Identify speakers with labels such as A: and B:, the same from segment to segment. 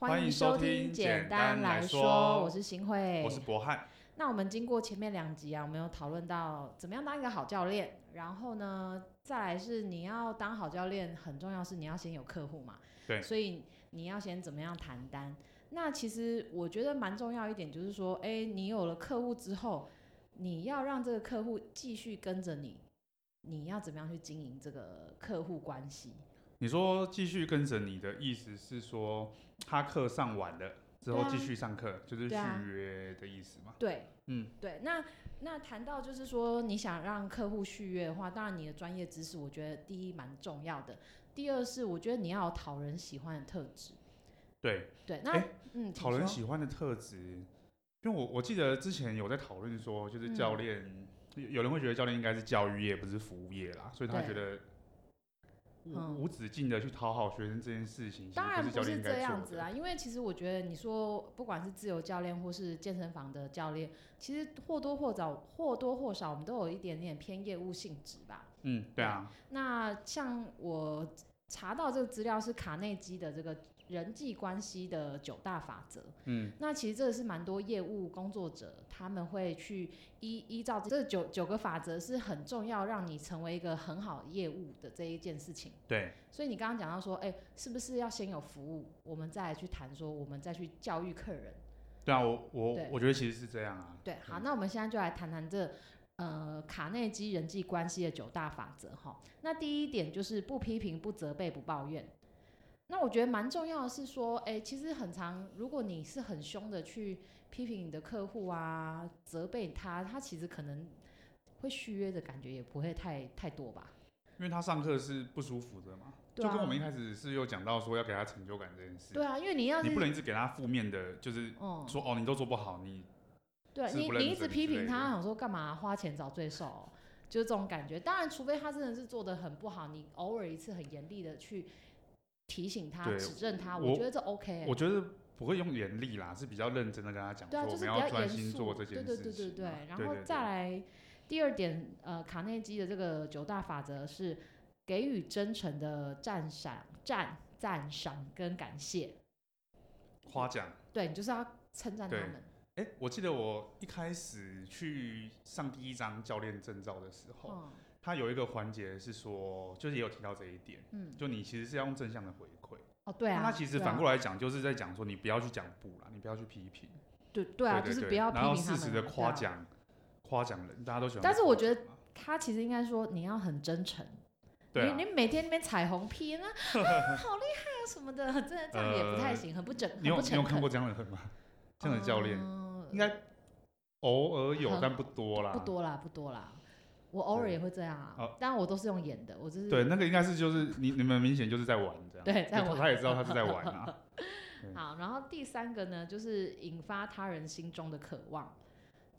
A: 欢迎收听简单来说
B: 我是新慧，
A: 我是博翰。
B: 那我们经过前面两集啊，我们有讨论到怎么样当一个好教练，然后呢，再来是你要当好教练，很重要是你要先有客户嘛，
A: 对
B: 所以你要先怎么样谈单。那其实我觉得蛮重要一点就是说，哎，你有了客户之后，你要让这个客户继续跟着你，你要怎么样去经营这个客户关系？
A: 你说继续跟着你的意思是说，他课上完了之后
B: 对啊
A: 继续上课，就是续
B: 对啊
A: 约的意思嘛？
B: 对，
A: 嗯，
B: 对，那那谈到就是说，你想让客户续约的话，当然你的专业知识，我觉得第一蛮重要的，第二是我觉得你要有讨人喜欢的特质。
A: 对，
B: 对，那、
A: 诶
B: 嗯，请
A: 讨人
B: 说
A: 喜欢的特质，因为我我记得之前有在讨论说，就是教
B: 嗯
A: 练、有有人会觉得教练应该是教育业，不是服务业啦，所以他
B: 对
A: 觉得无。
B: 嗯
A: 无止境的去讨好学生这件事情，
B: 当然
A: 不
B: 不
A: 是教练
B: 是
A: 应该
B: 这
A: 做
B: 样
A: 的
B: 子啊，因为其实我觉得你说不管是自由教练或是健身房的教练，其实或多或少或多或少我们都有一点点偏业务性质吧。
A: 嗯，对啊，
B: 那像我查到这个资料是卡内基的这个人际关系的九大法则。
A: 嗯，
B: 那其实这个是蛮多业务工作者他们会去依依照这九九个法则是很重要，让你成为一个很好业务的这一件事情。
A: 对，
B: 所以你刚刚讲到说，哎、是不是要先有服务，我们再来去谈说，我们再去教育客人？
A: 对啊，我我
B: 对
A: 我觉得其实是这样啊，
B: 对，好，
A: 嗯
B: 那我们现在就来谈谈这呃卡内基人际关系的九大法则哈。那第一点就是不批评、不责备、不抱怨。那我觉得蛮重要的是说，哎、其实很常，如果你是很凶的去批评你的客户啊，责备他，他其实可能会续约的感觉也不会太太多吧。
A: 因为他上课是不舒服的嘛，
B: 对
A: 就跟我
B: 啊
A: 们一，开始是有讲到说要给他成就感这件事，
B: 对啊，因为你要
A: 你
B: 是
A: 不能一直给他负面的，就是
B: 嗯，
A: 说哦你都做不好，你
B: 对
A: 自
B: 你，
A: 不
B: 你
A: 认
B: 一直
A: 真
B: 批
A: 之
B: 评
A: 类
B: 他，
A: 的
B: 想说干嘛花钱找罪受、就是这种感觉。当然，除非他真的是做的很不好，你偶尔一次很严厉的去提醒他、
A: 对
B: 指正他，
A: 我
B: 觉得这 OK 欸、
A: 我觉得不会用严厉啦，是比较认真的跟他讲
B: 对啊，
A: 说我
B: 就是
A: 们
B: 比较
A: 要专
B: 严
A: 心做
B: 肃，
A: 这
B: 对
A: 件
B: 对
A: 事
B: 对
A: 情嘛，
B: 对对。然
A: 对
B: 后
A: 对
B: 再来第二点，呃，卡内基的这个九大法则是给予真诚的赞赏、赞赞赏跟感谢。
A: 夸奖。
B: 对你就是要称赞他
A: 对
B: 们，
A: 哎、我记得我一开始去上第一张教练证照的时候，
B: 嗯
A: 他有一个环节是说，就是也有提到这一点，
B: 嗯，
A: 就你其实是要用正向的回馈。
B: 哦对啊，
A: 那他其实
B: 对
A: 反
B: 啊
A: 过来讲，就是在讲说你不要去讲不啦，你不要去批评，
B: 对对啊，
A: 对对
B: 就是不
A: 对
B: 要批
A: 然后
B: 评他
A: 适
B: 们
A: 时的
B: 啊
A: 夸。
B: 对啊
A: 奖，夸奖人，大家都喜欢夸奖嘛。
B: 但是我觉得他其实应该说你要很真诚，
A: 对啊
B: 你你每天那边彩虹屁那、 啊、好厉害啊什么的， 真的这样也不太行，很不整，
A: 呃你
B: 很
A: 有
B: 不
A: 你有
B: 诚
A: 看
B: 恳。
A: 过这样的人 吗？这样的教练、
B: 嗯
A: 应该偶尔有，
B: 很
A: 但不多啦。
B: 不多啦，不多啦。我偶尔
A: 对
B: 也会这样啊
A: 哦，
B: 但我都是用演的，我就是
A: 对，那 个应该是就是你你们明显就是在玩这样。
B: 对在
A: 他
B: 玩
A: 他也知道他是在 玩啊。
B: 好，然后第三个呢，就是引发他人心中的渴望，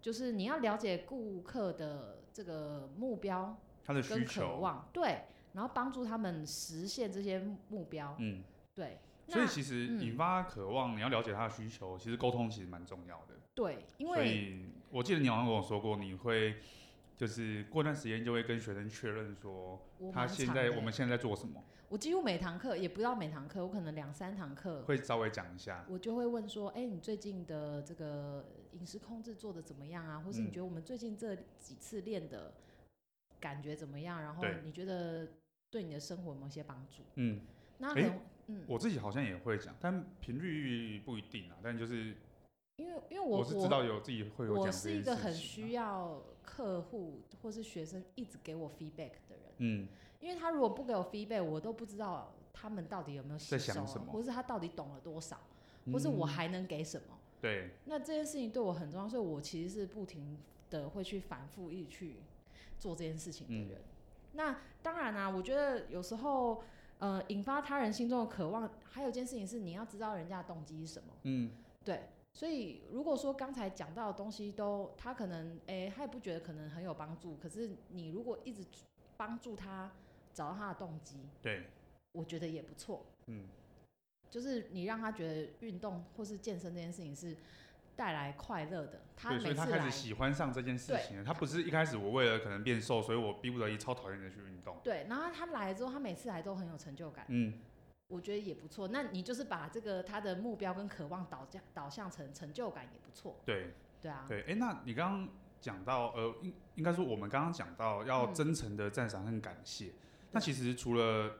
B: 就是你要了解顾客的这个目标
A: 他的需
B: 跟渴
A: 求，
B: 望，对，然后帮助他们实现这些目标，
A: 嗯，
B: 对。
A: 所
B: 那
A: 以其实
B: 嗯
A: 引发渴望，你要了解他的需求，其实沟通其实蛮重要的。
B: 对，因
A: 所
B: 为
A: 以我记得你好像跟我说过，你会就是过段时间就会跟学生确认说
B: 我
A: 他
B: 蛮
A: 现
B: 长
A: 在
B: 的
A: 我们现在在做什么，
B: 我几乎每堂课也不到每堂课，我可能两三堂课，
A: 会稍微讲一下。
B: 我就会问说，哎、你最近的这个饮食控制做的怎么样啊？或是你
A: 嗯
B: 觉得我们最近这几次练的感觉怎么样？然后
A: 对
B: 你觉得对你的生活有没有一些帮助？
A: 嗯，
B: 那很、
A: 诶
B: 嗯，
A: 我自己好像也会讲，但频率不一定啊。但就是
B: 因为因为
A: 我
B: 我
A: 是知道有自己会有
B: 我我
A: 讲这
B: 是一
A: 件
B: 个
A: 事
B: 很
A: 情啊
B: 需要客户或是学生一直给我 feedback 的人，
A: 嗯，
B: 因为他如果不给我 feedback，我都不知道他们到底有没有吸
A: 在
B: 收
A: 想
B: 啊、
A: 什么
B: 或是他到底懂了多少，或是我
A: 嗯
B: 还能给什么。
A: 对
B: 那这件事情对我很重要，所以我其实是不停的会去反复一直去做这件事情的
A: 嗯
B: 人。那当然啦、我觉得有时候呃，引发他人心中的渴望，还有一件事情是你要知道人家的动机是什么。
A: 嗯
B: 对，所以如果说刚才讲到的东西都他可能诶、他也不觉得可能很有帮助，可是你如果一直帮助他找到他的动机，
A: 对
B: 我觉得也不错。
A: 嗯
B: 就是你让他觉得运动或是健身这件事情是带来快乐的，他
A: 对，所
B: 每
A: 以他
B: 次
A: 开
B: 来
A: 始，喜欢上这件事
B: 对
A: 情了。他不是一开始我为了可能变瘦，所以我逼不得已超讨厌的去运动。
B: 对，然后他来了之后，他每次来都很有成就感，
A: 嗯，
B: 我觉得也不错。那你就是把这个他的目标跟渴望导向导向成成就感也不错，
A: 对
B: 对啊，
A: 对，哎、那你刚刚讲到，呃，应应该说我们刚刚讲到要
B: 嗯
A: 真诚的赞赏和感谢，那其实除了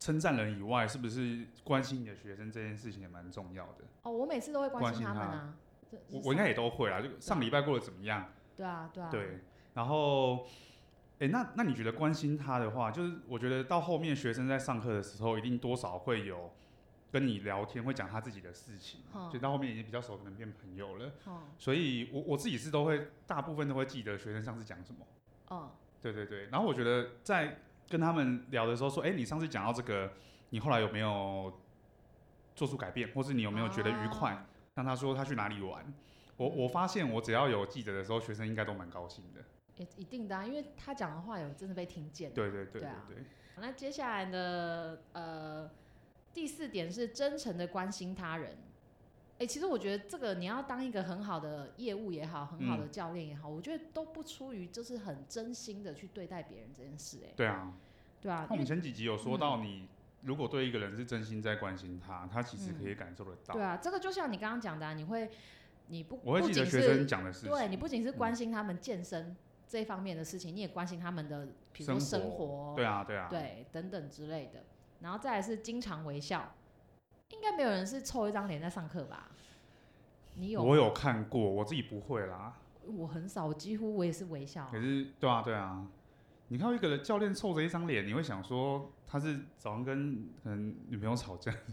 A: 称赞人以外，是不是关心你的学生这件事情也蛮重要的？
B: 哦，我每次都会关
A: 关
B: 心
A: 心
B: 他们
A: 他
B: 啊，这
A: 我
B: 是
A: 我应该
B: 什
A: 也都会啦，啊就上礼拜过得怎么样？
B: 么对啊对啊，
A: 对，然后，哎、那那你觉得关心他的话，就是我觉得到后面学生在上课的时候，一定多少会有跟你聊天，会讲他自己的事情
B: 嗯
A: 嘛，就到后面已经比较熟，可能变朋友了。
B: 嗯
A: 所以我我自己是都会，大部分都会记得学生上次讲什么。
B: 嗯
A: 对对对，然后我觉得在跟他们聊的时候，说，哎、你上次讲到这个，你后来有没有做出改变，或是你有没有觉得愉快？
B: 啊
A: 让他说他去哪里玩。我我发现我只要有记得的时候，学生应该都蛮高兴的。
B: 也一定的、啊，因为他讲的话有真的被听见。
A: 对对对
B: 对
A: 对
B: 啊
A: 对。
B: 那接下来的呃第四点是真诚的关心他人。哎、其实我觉得这个你要当一个很好的业务也好，很好
A: 嗯
B: 的教练也好，我觉得都不出于就是很真心的去对待别人这件事、哎，
A: 对啊，
B: 对啊
A: 那，我
B: 因
A: 们
B: 为嗯
A: 前几集有说到，你如果对一个人是真心在关心他，他其实可以感受得到
B: 对。啊，这个就像你刚刚讲的、啊，你会你不
A: 我会
B: 不
A: 记得
B: 仅
A: 学
B: 是
A: 生讲的事
B: 对
A: 情，
B: 你不仅是
A: 嗯
B: 关心他们健身这一方面的事情，你也关心他们的比如说
A: 生
B: 生
A: 活
B: 活
A: 对啊对啊，
B: 对，等等之类的。然后再来是经常微笑，应该没有人是臭一张脸在上课吧？你有？
A: 我有看过，我自己不会啦，
B: 我很少，我几乎我也是微笑啊、
A: 可是对啊对啊。你看到一个人教练臭着一张脸，你会想说他是早上跟可能女朋友吵架，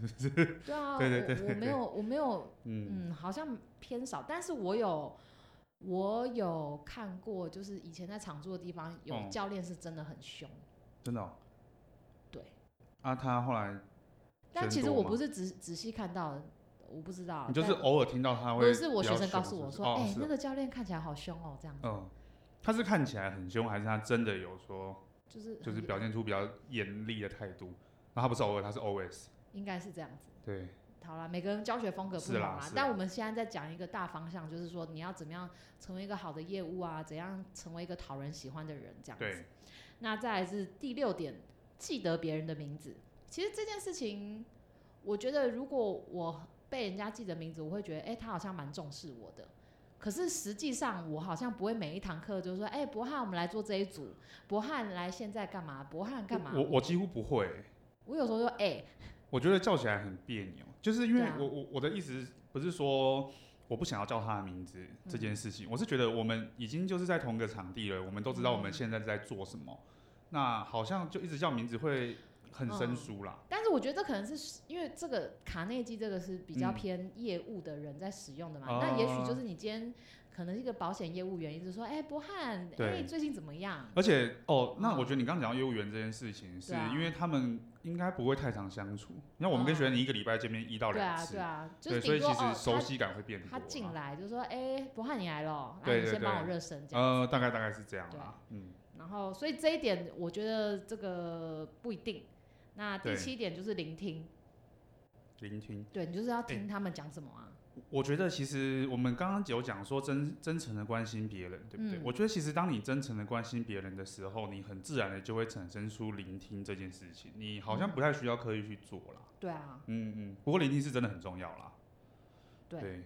B: 对啊，
A: 对对对
B: 我我没有，我没有，
A: 嗯，
B: 嗯，好像偏少，但是我有。我有看过，就是以前在常住的地方，有
A: 哦
B: 教练是真的很凶，
A: 真的、哦。
B: 对。
A: 啊，他后来
B: 但
A: 人
B: 其实
A: 多
B: 我
A: 吗
B: 不是仔仔细看到的，我不知道。
A: 你就是
B: 啊但
A: 偶尔听到他
B: 不
A: 会比较
B: 是
A: 凶，
B: 是我学生告诉
A: 是
B: 我
A: 不是
B: 说，
A: 哦
B: 哎、
A: 是
B: 那
A: 哦
B: 个教练看起来好凶哦，这样子，
A: 嗯，他是看起来很凶，还是他真的有说
B: 就是
A: 就是
B: 很
A: 表现出比较严厉的态度。然后他不是偶尔，他是 always。
B: 应该是这样子。
A: 对，
B: 好啦，每个人教学风格不
A: 是
B: 同
A: 啦
B: 啦
A: 是，
B: 但
A: 啦
B: 我们现在在讲一个大方向，就是说你要怎么样成为一个好的业务啊，怎样成为一个讨人喜欢的人这样子
A: 对。
B: 那再来是第六点，记得别人的名字。其实这件事情，我觉得如果我被人家记得名字，我会觉得，哎、他好像蛮重视我的。可是实际上，我好像不会每一堂课就说，哎、博翰，我们来做这一组，博翰来现在干嘛？博翰干嘛？
A: 我我几乎不会欸、
B: 我有时候就，哎、
A: 我觉得叫起来很别扭，就是因
B: 对
A: 为
B: 啊
A: 我我我的意思不是说我不想要叫他的名
B: 嗯
A: 字这件事情，我是觉得我们已经就是在同一个场地了，我们都知道我们
B: 嗯
A: 现在在做什么，那好像就一直叫名字会很生
B: 嗯
A: 疏啦。
B: 但是我觉得这可能是因为这个卡内基这个是比较
A: 嗯
B: 偏业务的人在使用的嘛，
A: 哦
B: 那也许就是你今天可能是一个保险业务员，一直说，哎、博翰，哎、
A: 对
B: 最近怎么样？
A: 而且哦，那
B: 嗯
A: 我觉得你刚刚讲到业务员这件事情，是
B: 对啊
A: 因为他们应该不会太常相处。那我们跟
B: 嗯
A: 学员你一个礼拜见面一到
B: 对
A: 两
B: 啊，
A: 次
B: 对，啊，就
A: 对，
B: 是
A: 所
B: 顶
A: 以
B: 多
A: 其
B: 哦
A: 实，熟悉感会变多啊
B: 他他
A: 啦。
B: 进来就说，哎、博翰你来了，那、
A: 对
B: 你
A: 对
B: 先帮我
A: 对
B: 热身这样。
A: 呃，大概大概是这样啦。嗯，
B: 然后，所以这一点我觉得这个不一定。那第
A: 对
B: 七点就是聆听，
A: 聆听。
B: 对你就是要听他们讲什么啊。
A: 我觉得其实我们刚刚有讲说真真诚的关心别人，对不对？
B: 嗯
A: 我觉得其实当你真诚的关心别人的时候，你很自然的就会产生出聆听这件事情，你好像不太需要刻意去做啦。
B: 对啊，
A: 嗯嗯，不过聆听是真的很重要啦。
B: 对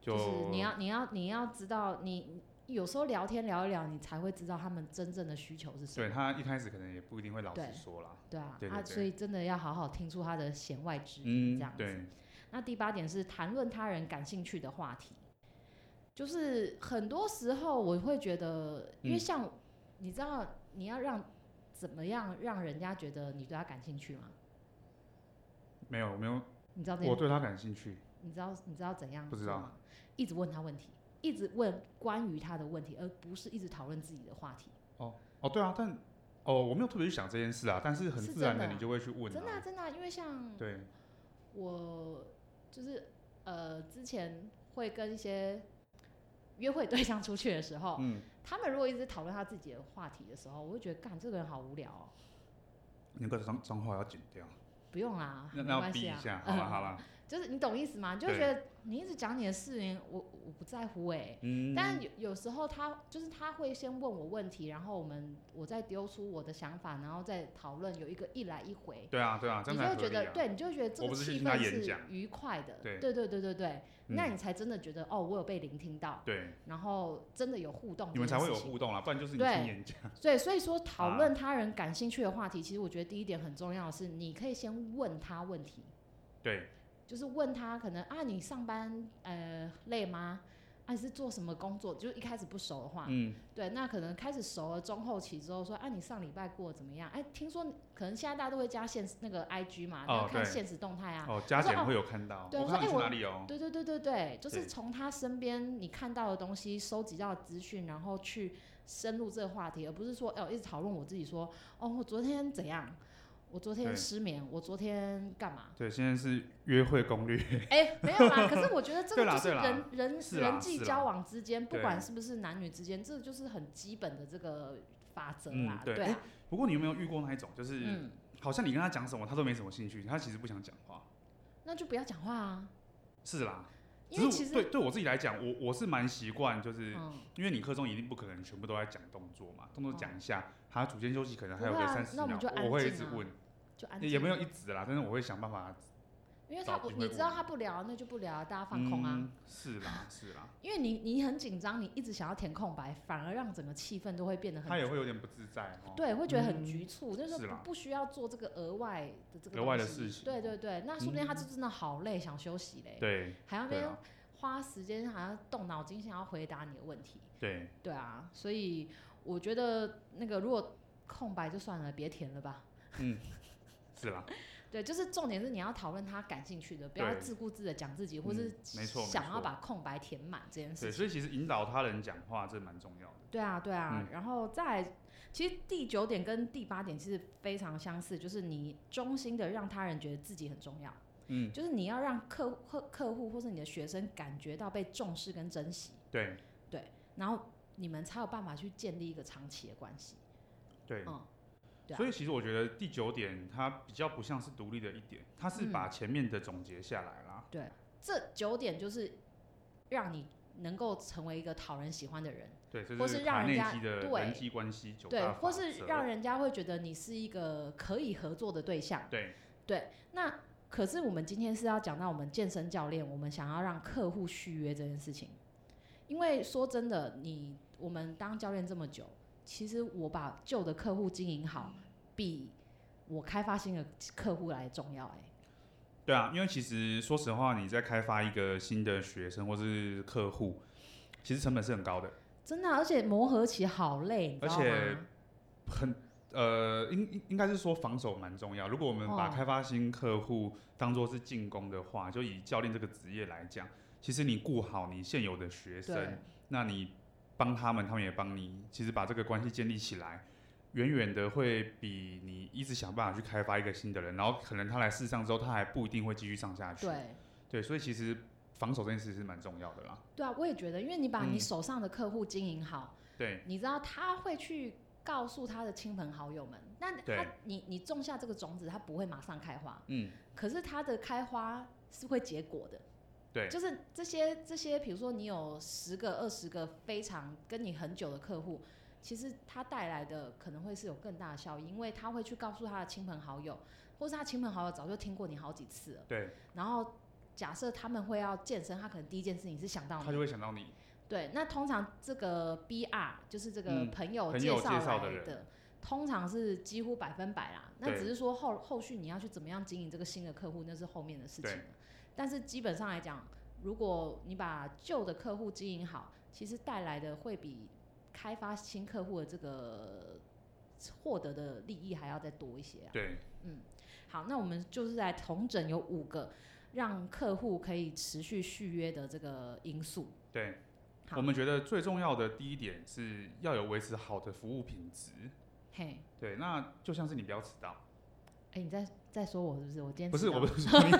A: 就
B: 就是你要你要你要知道，你有时候聊天聊一聊，你才会知道他们真正的需求是什
A: 对
B: 么。
A: 他一开始可能也不一定会老
B: 对
A: 实说啦。
B: 对啊，
A: 对对
B: 啊，
A: 对
B: 所以真的要好好听出他的弦外之音，
A: 嗯
B: 这样，子。
A: 对，
B: 那第八点是谈论他人感兴趣的话题，就是很多时候我会觉得，因为
A: 嗯
B: 像你知道，你要让怎么样让人家觉得你对他感兴趣吗？
A: 没有没有，
B: 你知道这
A: 我
B: 件，
A: 对他感兴趣。
B: 你知道你知道怎样
A: 不知
B: 做
A: 道
B: 吗？一直问他问题，一直问关于他的问题，而不是一直讨论自己的话题。
A: 哦，对啊，但哦，我没有特别去想这件事啊，但是很
B: 是
A: 自
B: 真
A: 然
B: 的啊
A: 的你就会去问、啊。
B: 真的啊、真的啊、因为像
A: 对，
B: 我就是呃，之前会跟一些约会对象出去的时候，
A: 嗯，
B: 他们如果一直讨论他自己的话题的时候，我会觉得干这个人好无聊哦。
A: 那个脏脏话要剪掉，
B: 不用啦，
A: 那
B: 没
A: 那要
B: 关
A: 逼
B: 系
A: 一
B: 啊。
A: 下，好了好了，
B: 就是你懂意思吗？你就会
A: 对
B: 觉得你一直讲你的事情，我我不在乎哎、
A: 嗯，
B: 但有有时候他就是他会先问我问题，然后我们我再丢出我的想法，然后再讨论，有一个一来一回，
A: 对啊对啊，这
B: 你
A: 样
B: 就
A: 才
B: 会
A: 合
B: 觉
A: 理
B: 得
A: 啊。
B: 对，你就会觉得这
A: 我
B: 个
A: 不是去
B: 气
A: 听他
B: 氛
A: 演
B: 是
A: 讲
B: 愉快的，
A: 对
B: 对对对对对，那
A: 嗯
B: 你才真的觉得哦，我有被聆听到，
A: 啊对，
B: 然后真的有互动，
A: 你们才会有。互动啦，不然就是你
B: 对
A: 听演讲。
B: 对，所以说讨
A: 啊
B: 论他人感兴趣的话题，其实我觉得第一点很重要的是，你可以先问他问题，
A: 对，
B: 就是问他可能啊，你上班呃累吗？啊，你是做什么工作？就是一开始不熟的话，
A: 嗯，
B: 对，那可能开始熟了中后期之后说，啊，你上礼拜过得怎么样？哎、听说你可能现在大家都会加现实那个 IG 嘛，你要
A: 哦
B: 看
A: 对
B: 现实动态啊。
A: 哦，加
B: 我说
A: 减
B: 哦
A: 会有看到，
B: 对
A: 我
B: 我说哎
A: 看到你去
B: 我
A: 哪里哦。
B: 对对对对对，就
A: 对
B: 是从他身边你看到的东西，收集到的资讯，然后去深入这个话题，而不是说，哎、我一直讨论我自己说，哦，我昨天怎样，我昨
A: 对
B: 天失眠，我昨天干 嘛？
A: 对，现在是约会攻略，
B: 哎、没有啦。可是我觉得这个
A: 对啦
B: 就是
A: 对啦
B: 人人
A: 是啦
B: 人际
A: 是啦
B: 交往之间，不
A: 对
B: 管是不是男女之间，这就是很基本的这个法则
A: 嗯
B: 啦。
A: 对
B: 对啊，
A: 不过你有没有遇过那一种，就是、
B: 嗯，
A: 好像你跟他讲什么，他都没什么兴趣，他其实不想讲话。
B: 那就不要讲话啊，
A: 是啦，
B: 因为
A: 只
B: 其
A: 是我
B: 实
A: 对对我自己来讲，我我是蛮习惯，就是、
B: 嗯，
A: 因为你课中一定不可能全部都在讲动作嘛，动作
B: 哦
A: 讲一下，他组间休息可能还有
B: 不会
A: 个
B: 啊
A: 三十
B: 那
A: 秒，
B: 我们就安
A: 我会一
B: 静
A: 直
B: 啊
A: 问，
B: 就安静。
A: 也没有一直啦，但是我会想办法
B: 因为他
A: 找
B: 不，
A: 机会
B: 你知道
A: 问
B: 他不聊，那就不聊，大家放空啊。
A: 嗯是啦是啦，
B: 因为你你很紧张，你一直想要填空白，反而让整个气氛都会变得很
A: 他也会有点不自在哦。
B: 对，会觉得很
A: 嗯
B: 局促，就是是
A: 啦
B: 不不需要做这个额外的这个
A: 额外的
B: 东西
A: 事情嗯
B: 对对对，那说不定他就真的好累，想休息嘞，
A: 对
B: 还要那
A: 对
B: 边
A: 啊
B: 花时间，还要动脑筋想要回答你的问题。
A: 对，
B: 对啊，所以我觉得那个如果空白就算了，别填了吧。
A: 是 啦，
B: 对，就是重点是你要讨论他感兴趣的，不要
A: 对
B: 自顾自的讲自己，或
A: 嗯
B: 是
A: 没错没
B: 想要
A: 错
B: 把空白填满这件事
A: 对，
B: 情。
A: 所以其实引导他人讲话这蛮重要的。
B: 对啊，对啊，然后再来其实第九点跟第八点其实非常相似，就是你衷心的让他人觉得自己很重要，
A: 嗯，
B: 就是你要让客户客客户或是你的学生感觉到被重视跟珍惜，
A: 对
B: 然后你们才有办法去建立一个长期的关系。
A: 对。
B: 嗯，对啊
A: 所以其实我觉得第九点，它比较不像是独立的一点，它是
B: 嗯
A: 把前面的总结下来啦。
B: 这九点就是让你能够成为一个讨人喜欢的人，
A: 对，这
B: 或
A: 是
B: 是让
A: 卡内
B: 人家
A: 基的
B: 对
A: 人际关系九大
B: 对，
A: 法
B: 或是
A: 则
B: 让人家会觉得你是一个可以合作的对象。
A: 对
B: 那可是我们今天是要讲到我们健身教练，我们想要让客户续约这件事情，因为说真的，你我们当教练这么久，其实我把旧的客户经营好，比我开发新的客户来重要、欸。
A: 对啊，因为其实说实话，你在开发一个新的学生或是客户，其实成本是很高的，
B: 真的啊、而且磨合期好累，你知
A: 而
B: 道
A: 且
B: 吗？
A: 很呃，应应应该是说防守蛮重要。如果我们把
B: 哦
A: 开发新客户当做是进攻的话，就以教练这个职业来讲，其实你顾好你现有的学
B: 对
A: 生，那你帮他们，他们也帮你，其实把这个关系建立起来，远远的会比你一直想办法去开发一个新的人，然后可能他来试上之后，他还不一定会继续上下去。
B: 对
A: 对，所以其实防守这件事是蛮重要的啦。
B: 对啊，我也觉得，因为你把你
A: 嗯
B: 手上的客户经营好，
A: 对
B: 你知道他会去告诉他的亲朋好友们，那他
A: 对
B: 你你种下这个种子，他不会马上开花，
A: 嗯，
B: 可是它的开花是会结果的。
A: 对
B: 就是这些这些，比如说你有十个、二十个非常跟你很久的客户，其实他带来的可能会是有更大的效益，因为他会去告诉他的亲朋好友，或是他亲朋好友早就听过你好几次了。
A: 对，
B: 然后假设他们会要健身，他可能第一件事情是想到
A: 他
B: 你。
A: 就会想到你。
B: 对，那通常这个 BR 就是这个
A: 嗯
B: 朋友
A: 朋
B: 介
A: 友
B: 绍
A: 介绍
B: 来
A: 的
B: 的，
A: 人
B: 通常是几乎百分百啦。那
A: 对
B: 只是说后后续你要去怎么样经营这个新的客户，那是后面的事情
A: 对
B: 了。但是基本上来讲，如果你把旧的客户经营好，其实带来的会比开发新客户的这个获得的利益还要再多一些啊。
A: 对，
B: 好，那我们就是来统整有五个让客户可以持续续约的这个因素。
A: 对，
B: 好
A: 我们觉得最重要的第一点是要有维持好的服务品质。
B: 嘿，
A: 对，那就像是你不要迟到，
B: 哎、你在在说我是不是？我今天
A: 不是
B: 迟到
A: 我不是 说你，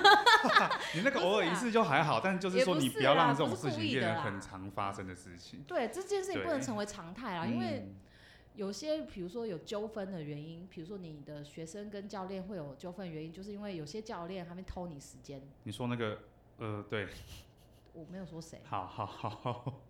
A: 你那
B: 不是
A: 个
B: 啊
A: 偶尔一次就还好，但就是说你
B: 也不是啊
A: 要让这种
B: 不
A: 事
B: 是故
A: 情
B: 意的
A: 变
B: 啦
A: 成很常发生的事情。
B: 对这件事情不啊
A: 对
B: 能成为常态啦，因为
A: 嗯
B: 有些比如说有纠纷的原因，比如说你的学生跟教练会有纠纷的原因，就是因为有些教练他们偷你时间。
A: 你说那个，呃，对，
B: 我没有说谁，
A: 好好好，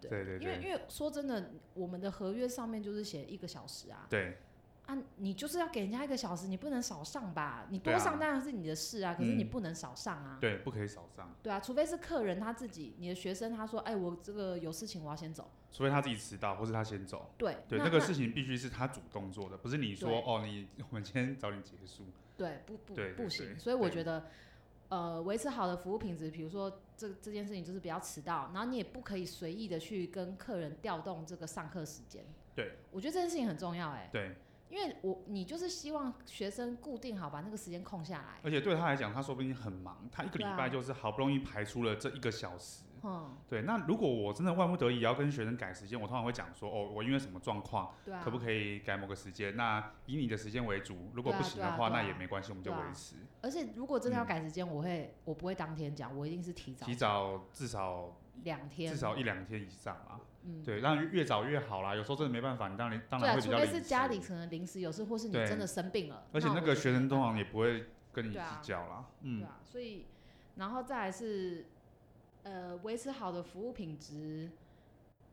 B: 对
A: 对对
B: 因为
A: 对
B: 因为说真的，我们的合约上面就是写一个小时啊，
A: 对，
B: 啊，你就是要给人家一个小时，你不能少上吧？你
A: 对
B: 多
A: 啊
B: 上当然是你的事啊，可是你
A: 嗯
B: 不能少上啊。
A: 对，不可以少上，
B: 对啊，除非是客人他自己，你的学生他说，哎，我这个有事情，我要先走。
A: 除非他自己迟到，或是他先走。
B: 对，
A: 对，
B: 那
A: 那个
B: 那
A: 事情必须是他主动做的，不是你说
B: 对
A: 哦，你我们今天早点结束。
B: 对，不不
A: 对对
B: 不
A: 对
B: 行。所以我
A: 对
B: 觉得，呃，维持好的服务品质，比如说这这件事情就是不要迟到，然后你也不可以随意的去跟客人调动这个上课时间。
A: 对，
B: 我觉得这件事情很重要哎、
A: 对，
B: 因为我你就是希望学生固定好把那个时间空下来，
A: 而且对他来讲，他说不定很忙，他一个礼
B: 对啊
A: 拜就是好不容易排出了这一个小时。
B: 嗯，
A: 对，那如果我真的万不得已要跟学生改时间，我通常会讲说，哦，我因为什么状况，
B: 对啊，
A: 可不可以改某个时间？那以你的时间为主，如果
B: 对啊
A: 不行
B: 对
A: 的
B: 啊
A: 话，
B: 对啊
A: 那也没关系，我们就
B: 对
A: 维
B: 啊
A: 持。
B: 而且如果真的要
A: 嗯
B: 改时间，我会我不会当天讲，我一定是提早
A: 提早至少
B: 两天，
A: 至少一两天以上啦。
B: 嗯，
A: 对，当然越早越好啦。有时候真的没办法，你当然当
B: 对
A: 然
B: 啊，
A: 会比
B: 除
A: 较
B: 非
A: 理
B: 是
A: 性。
B: 家里可能临时有事，或是你
A: 对
B: 真的生病了，
A: 而且
B: 那
A: 那
B: 我
A: 个
B: 就
A: 学
B: 没
A: 生通
B: 办
A: 常也不会跟你
B: 对啊
A: 计较啦。
B: 对
A: 嗯，
B: 啊，所以然后再来是呃维持好的服务品质，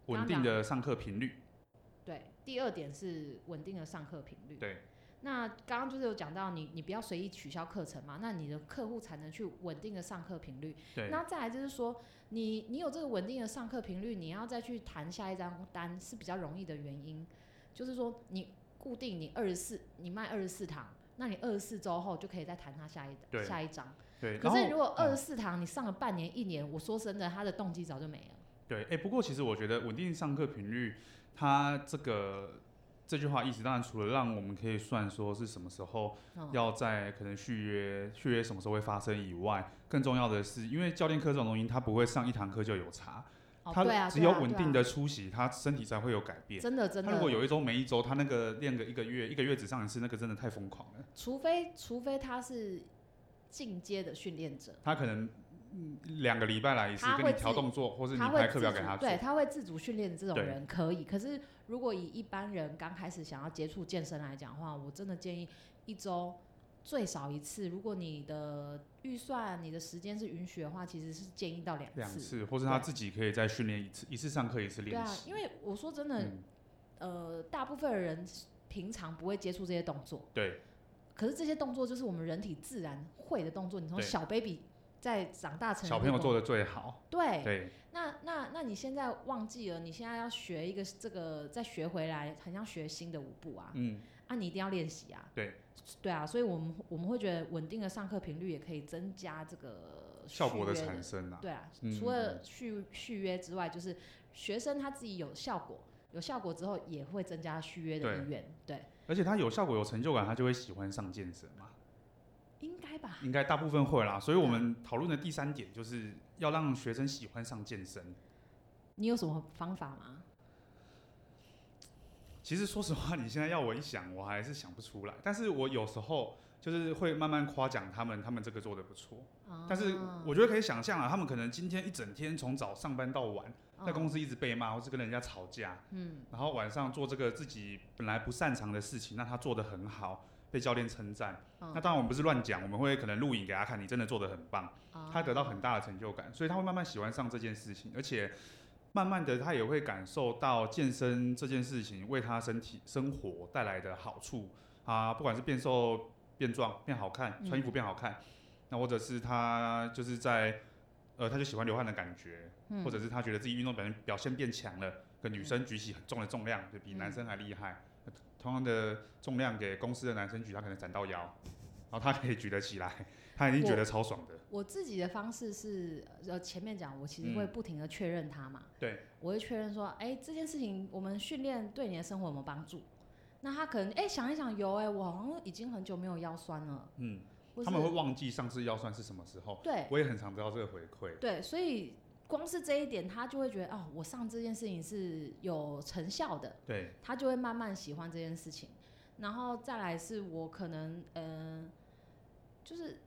A: 稳定的上课频率，
B: 对，第二点是稳定的上课频率，
A: 对。
B: 那刚刚就是有讲到你，你不要随意取消课程嘛，那你的客户才能去稳定的上课频率。
A: 对
B: 那再来就是说，你你有这个稳定的上课频率，你要再去谈下一张单是比较容易的原因，就是说你固定你二十四，你卖二十四堂，那你二十四周后就可以再谈它下
A: 对
B: 一下一张。
A: 对。
B: 可
A: 然
B: 是
A: 后嗯
B: 如果二十四堂你上了半年一年，我说真的，他的动机早就没了。
A: 对，哎、不过其实我觉得稳定上课频率，它这个这句话意思，当然除了让我们可以算说是什么时候
B: 嗯，
A: 要在可能续约，续约什么时候会发生以外，更重要的是，因为教练课这种东西，它不会上一堂课就有差，
B: 哦，对
A: 它
B: 啊，
A: 只
B: 对
A: 有
B: 啊
A: 稳
B: 对
A: 定
B: 啊
A: 的出席，他身体才会有改变。
B: 真的真
A: 他
B: 的，
A: 如果有一周没一周，他那个练个一个月，一个月只上一次，那个真的太疯狂了。
B: 除非除非他是进阶的训练者，
A: 他可能嗯两个礼拜来一次
B: 他，会
A: 跟你
B: 自
A: 调动作，或是你
B: 他会自
A: 排课
B: 主
A: 表给他做
B: 对，。他会自主训练的这种
A: 对
B: 人可以。可是如果以一般人刚开始想要接触健身来讲的话，我真的建议一周最少一次。如果你的预算、你的时间是允许的话，其实是建议到两
A: 两
B: 次。
A: 次，或是他
B: 对
A: 自己可以再训练一次，一次上课一次
B: 对
A: 练
B: 啊，
A: 习。
B: 因为我说真的，
A: 嗯，
B: 呃，大部分的人平常不会接触这些动作，
A: 对
B: 可是这些动作就是我们人体自然会的动作。你从
A: 对
B: 小 baby 在长大成人
A: 小朋友做
B: 的
A: 的最好。
B: 动作对
A: 对
B: 那那那你现在忘记了，你现在要学一个这个，再学回来，很像学新的舞步啊，
A: 嗯，
B: 啊，你一定要练习啊。
A: 对，
B: 对啊，所以我们我们会觉得稳定的上课频率也可以增加这个
A: 效果的
B: 续约
A: 产生啊，
B: 啊对啊，
A: 嗯
B: 除了续续约之外，就是学生他自己有效果，有效果之后也会增加续约的
A: 对
B: 意愿，对，
A: 而且他有效果、有成就感，他就会喜欢上健身嘛。
B: 应该吧？
A: 应该大部分会啦，所以我们讨论的第三点就是要让学生喜欢上健身。
B: 你有什么方法吗？
A: 其实说实话，你现在要我一想，我还是想不出来。但是我有时候就是会慢慢夸奖他们，他们这个做的不错。
B: 啊
A: 但是我觉得可以想象啊，他们可能今天一整天从早上班到晚，在公
B: 嗯
A: 司一直被骂，或是跟人家吵架，
B: 嗯，
A: 然后晚上做这个自己本来不擅长的事情，那他做的很好，被教练称赞。
B: 嗯
A: 那当然我们不是乱讲，我们会可能录影给他看，你真的做的很棒，
B: 啊
A: 他得到很大的成就感，所以他会慢慢喜欢上这件事情，而且慢慢的他也会感受到健身这件事情为他身体生活带来的好处啊，不管是变瘦、变壮、变好看，
B: 嗯
A: 穿衣服变好看，那或者是他就是在呃，他就喜欢流汗的感觉，
B: 嗯
A: 或者是他觉得自己运动表现表现变强了，跟女生举起很重的重量，就比
B: 嗯
A: 男生还厉害。同样的重量给公司的男生举，他可能闪到腰，然后他可以举得起来，他已经觉得超爽的。
B: 我自己的方式是，呃，前面讲我其实会
A: 嗯
B: 不停的确认他嘛，
A: 对，
B: 我会确认说，哎、这件事情我们训练对你的生活有没有帮助？那他可能哎、想一想，有哎、我好像已经很久没有腰酸了，
A: 嗯，
B: 或是
A: 他们会忘记上次腰酸是什么时候。
B: 对
A: 我也很常得到这个回馈。
B: 对，所以光是这一点，他就会觉得哦，我上这件事情是有成效的，
A: 对，
B: 他就会慢慢喜欢这件事情。然后再来是我可能嗯、呃就是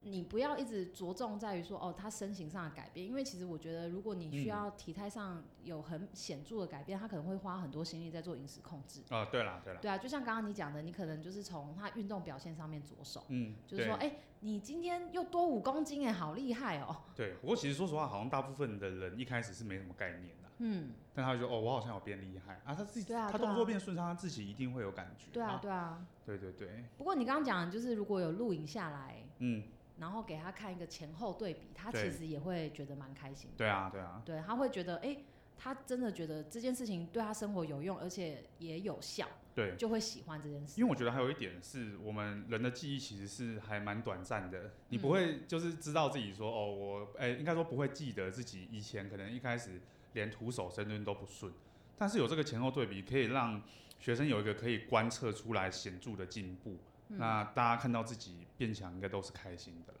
B: 你不要一直着重在于说哦，他身形上的改变，因为其实我觉得，如果你需要体态上有很显著的改变，他可能会花很多心力在做饮食控制。
A: 啊，对啦，对啦，
B: 对啊，就像刚刚你讲的，你可能就是从他运动表现上面着手，
A: 嗯，
B: 就是说，
A: 对
B: 哎、你今天又多五公斤哎，好厉害哦。
A: 对。不过其实说实话，好像大部分的人一开始是没什么概念的，
B: 嗯，
A: 但他就说哦，我好像有变厉害啊，他自己
B: 对啊
A: 他
B: 对啊
A: 动作变顺畅，他自己一定会有感觉。
B: 对啊，，对啊。
A: 对对对，
B: 不过你刚刚讲的就是如果有录影下来，
A: 嗯，
B: 然后给他看一个前后对比，他
A: 对
B: 其实也会觉得蛮开心的。
A: 对啊，对啊，
B: 对，他会觉得，哎、他真的觉得这件事情对他生活有用，而且也有效，
A: 对。
B: 就会喜欢这件事。
A: 因为我觉得还有一点是我们人的记忆其实是还蛮短暂的，你不
B: 嗯
A: 会就是知道自己说哦，我哎、应该说不会记得自己以前可能一开始连徒手深蹲都不顺，但是有这个前后对比，可以让学生有一个可以观测出来显著的进步。
B: 嗯
A: 那大家看到自己变强，应该都是开心的啦。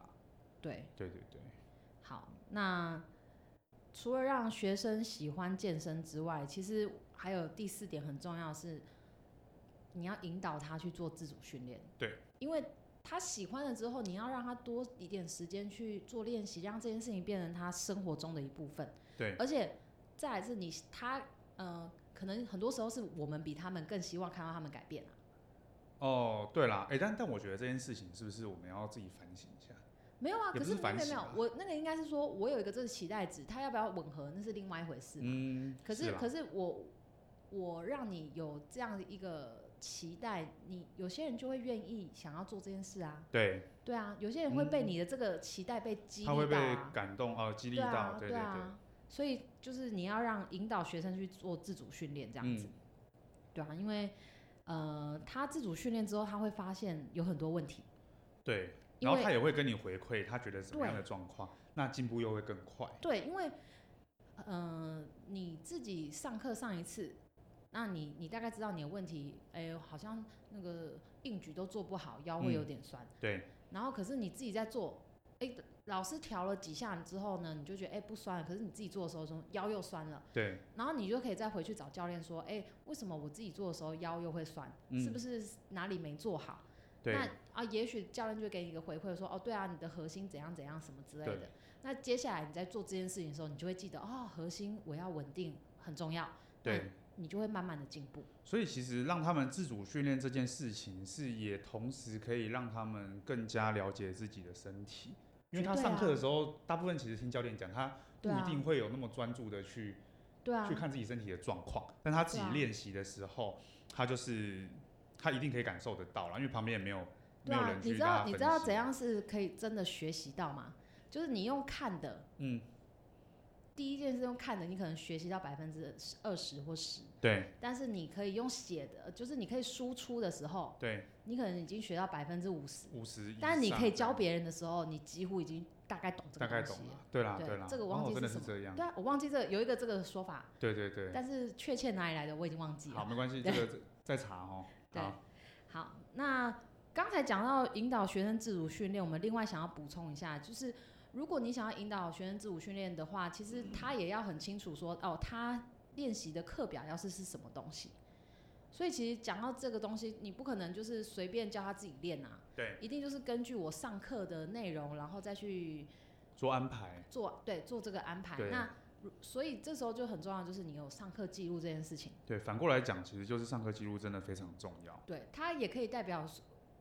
B: 对，
A: 对对对，
B: 好，那除了让学生喜欢健身之外，其实还有第四点很重要是，你要引导他去做自主训练。
A: 对，
B: 因为他喜欢了之后，你要让他多一点时间去做练习，让这件事情变成他生活中的一部分。
A: 对
B: 而且再来是你他呃，可能很多时候是我们比他们更希望看到他们改变啊。
A: 哦，对啦，哎、但但我觉得这件事情是不是我们要自己反省一下？
B: 没有啊，可
A: 也不是
B: 没有
A: 反
B: 没有没
A: 省
B: 有
A: 啊，
B: 我那个应该是说，我有一个这个期待值，他要不要吻合那是另外一回事嘛。
A: 嗯，
B: 可是
A: 啦
B: 可是我我让你有这样的一个期待，你有些人就会愿意想要做这件事啊，
A: 对，
B: 对啊，有些人会被
A: 嗯
B: 你的这个期待被激励
A: 他会
B: 到
A: 被
B: 啊，
A: 感动哦，激励
B: 对
A: 到，
B: 啊
A: 对
B: 对啊，所以就是你要让引导学生去做自主训练这样
A: 嗯
B: 子，对啊，因为呃他自主训练之后，他会发现有很多问题，
A: 对对。
B: 因
A: 然后
B: 为
A: 他也会跟你回馈，他觉得什么样
B: 对
A: 的状况，那进步又会更快。
B: 对，因为，嗯，你自己上课上一次，那你你大概知道你的问题，哎、好像那个硬举都做不好，腰会有
A: 嗯
B: 点酸。
A: 对
B: 然后可是你自己在做，哎、老师调了几下之后呢，你就觉得哎、不酸了，可是你自己做的时候说腰又酸了，
A: 对，
B: 然后你就可以再回去找教练说，哎、为什么我自己做的时候腰又会酸？是不
A: 嗯
B: 是哪里没做好？
A: 对
B: 那啊，也许教练就会给你一个回馈，说哦，对啊，你的核心怎样怎样什么之类
A: 对
B: 的。那接下来你在做这件事情的时候，你就会记得哦，核心我要稳定很重要，
A: 对。
B: 你就会慢慢的进步。
A: 所以其实让他们自主训练这件事情，是也同时可以让他们更加了解自己的身体，因为
B: 绝
A: 他
B: 对
A: 上课的
B: 啊
A: 时候，大部分其实听教练讲，他不
B: 对
A: 一
B: 啊，
A: 定会有那么专注的去
B: 对啊
A: 去，看自己身体的状况，但他自己
B: 对啊
A: 练习的时候，他就是他一定可以感受得到啦，因为旁边也没有没
B: 对
A: 有
B: 啊
A: 人，去
B: 你知
A: 跟他
B: 道
A: 分
B: 你知道
A: 析
B: 怎？样是可以真的学习到吗？就是你用看的，
A: 嗯，
B: 第一件事用看的，你可能学习到百分之二十或十，
A: 对
B: 但是你可以用写的，就是你可以输出的时候，
A: 对，
B: 你可能已经学到百分之五十。
A: 五十。
B: 但你可以教别人的时候，你几乎已经大概懂这
A: 大
B: 个
A: 概
B: 东
A: 懂
B: 西了。
A: 了，对啦
B: 对
A: 啦，
B: 这个我
A: 哦
B: 忘记
A: 真的
B: 是
A: 是
B: 什
A: 这样，
B: 对啊，我忘记这有一个这个说法，
A: 对对对，
B: 但是确切哪里来的我已经忘记
A: 好，
B: 了。
A: 没关系，这
B: 对
A: 个再查哦。
B: 对
A: 好，
B: 好，那刚才讲到引导学生自主训练，我们另外想要补充一下，就是如果你想要引导学生自主训练的话，其
A: 嗯
B: 实他也要很清楚说，哦，他练习的课表要是是什么东西。所以其实讲到这个东西，你不可能就是随便教他自己练啊，
A: 对，
B: 一定就是根据我上课的内容，然后再去
A: 做安排，
B: 做对做这个安排。
A: 对
B: 那如所以这时候就很重要，就是你有上课记录这件事情，
A: 对，反过来讲，其实就是上课记录真的非常重要。
B: 对它也可以代表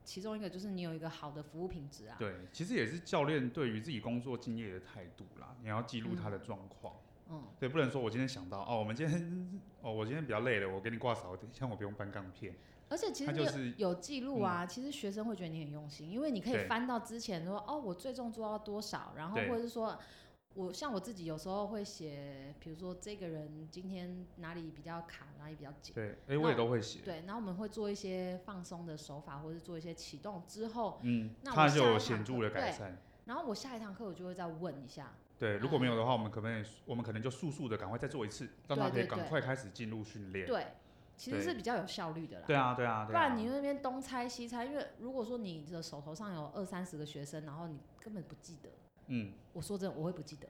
B: 其中一个就是你有一个好的服务品质啊。
A: 对，其实也是教练对于自己工作敬业的态度啦，你要记录他的状况。
B: 嗯，
A: 对，不能说我今天想到哦，我们今天哦，我今天比较累了，我给你挂少一点，像我不用搬杠片。
B: 而且其
A: 它
B: 实你
A: 就
B: 有,、
A: 是嗯
B: 有记录啊，其实学生会觉得你很用心，因为你可以
A: 对
B: 翻到之前说哦，我最终做到多少，然后
A: 对
B: 或者是说。我像我自己有时候会写，比如说这个人今天哪里比较卡，哪里比较紧，
A: 对，哎，我也
B: 那
A: 都会写。
B: 对，然后我们会做一些放松的手法，或者是做一些启动之后，
A: 嗯，
B: 那我
A: 他就
B: 下一
A: 有
B: 堂
A: 显著
B: 课
A: 的改
B: 对
A: 善。
B: 然后我下一堂课我就会再问一下，
A: 对，
B: 嗯
A: 如果没有的话，我们可不可以，我们可能就速速的赶快再做一次，让他可以
B: 对对
A: 赶快开始进入训练。
B: 对，其实
A: 对
B: 是比较有效率的啦。
A: 对啊，对啊，
B: 不
A: 对啊。
B: 然你那边东猜西猜，因为如果说你的手头上有二三十个学生，然后你根本不记得，
A: 嗯，
B: 我说真的，我会不记得。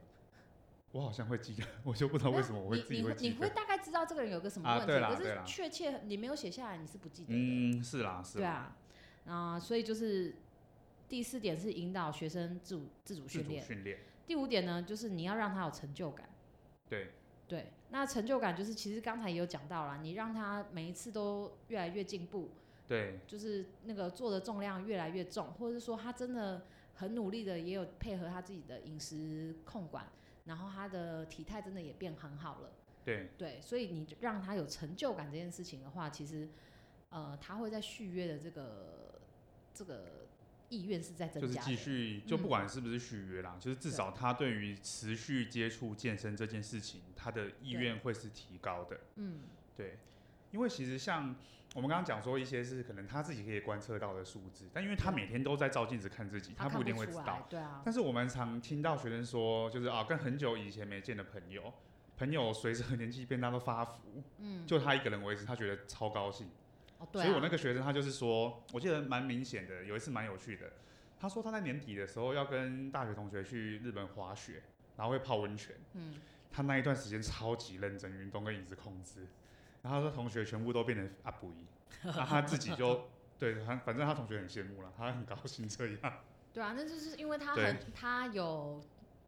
A: 我好像会记得， 我就不 知道为什么我会自己
B: 你
A: 会
B: 你
A: 记
B: 你会
A: 得。
B: 大概知道这个人有个什么
A: 啊
B: 问题，
A: 对啦
B: 可
A: 对
B: 是
A: 啦
B: 确切你没有写下来，你是不记得的。
A: 嗯嗯，是啦，是
B: 对啊
A: 啦。
B: 啊，啊、所以就是第四点是引导学生自主自主
A: 自
B: 训
A: 主
B: 练。
A: 训练，
B: 第五点呢，就是你要让他有成就感。
A: 对
B: 对，那成就感就是其实刚才也有讲到了，你让他每一次都越来越进步，
A: 对
B: 就是那个做的重量越来越重，或者是说他真的很努力的，也有配合他自己的饮食控管，然后他的体态真的也变很好了。
A: 对
B: 对，所以你让他有成就感这件事情的话，其实呃，他会在续约的这个这个意愿是在增
A: 就是
B: 加的。
A: 继续，就
B: 嗯
A: 不管是不是续约啦，就是至
B: 对
A: 少他对于持续接触健身这件事情，他的意
B: 对
A: 愿会是提高的。
B: 嗯，
A: 对，因为其实像我们刚刚讲说一些是可能他自己可以观测到的数字，但因为他
B: 对
A: 每天都在照镜子看自己，
B: 他
A: 不
B: 看
A: 一定
B: 出
A: 会知
B: 来
A: 道。，
B: 对啊，
A: 但是我们常听到学生说，就是啊，跟很久以前没见的朋友，朋友随着年纪变大都发福，
B: 嗯，
A: 就他一个人维持，他觉得超高兴。
B: 哦对、啊，
A: 所以我那个学生他就是说，我记得蛮明显的，有一次蛮有趣的。他说他在年底的时候要跟大学同学去日本滑雪，然后会泡温泉。
B: 嗯，
A: 他那一段时间超级认真运动跟饮食控制，然后他说同学全部都变成阿 布一，那他自己就对，反反正他同学很羡慕了，他很高兴这样。
B: 对啊，那就是因为他
A: 对
B: 很他有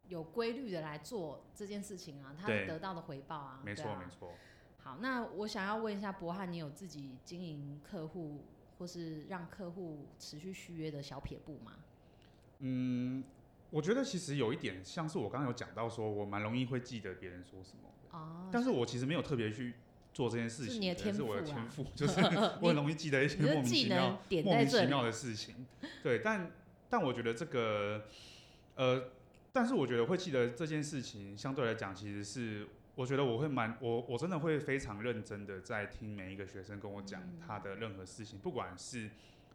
B: 有规律的来做这件事情啊，他
A: 对
B: 得到的回报啊，
A: 没
B: 对
A: 错、
B: 啊
A: 没错，
B: 好，那我想要问一下博翰，你有自己经营客户或是让客户持续续约的小撇步吗？
A: 嗯。我觉得其实有一点像是我刚刚有讲到说，我蛮容易会记得别人说什么，
B: 哦，
A: 但是我其实没有特别去做这件事情，
B: 是你的
A: 可能是
B: 天赋
A: 我的
B: 啊
A: 天赋，就是 我很容易记得一些
B: 你
A: 莫
B: 的
A: 名
B: 技
A: 其
B: 能
A: 妙、
B: 点
A: 莫
B: 在
A: 名
B: 这
A: 其
B: 里，
A: 妙的事情。对，但但我觉得这个，呃，但是我觉得会记得这件事情，相对来讲，其实是我觉得我会蛮我我真的会非常认真的在听每一个学生跟我讲
B: 嗯
A: 他的任何事情，不管是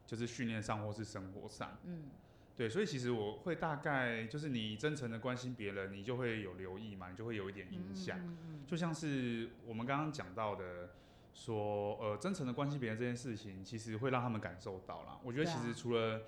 A: 就是训练上或是生活上。
B: 嗯，
A: 对，所以其实我会大概就是你真诚的关心别人，你就会有留意嘛，你就会有一点影响。
B: 嗯嗯
A: 就像是我们刚刚讲到的，说呃真诚的关心别人这件事情，其实会让他们感受到啦。我觉得
B: 对
A: 其
B: 啊
A: 实除了、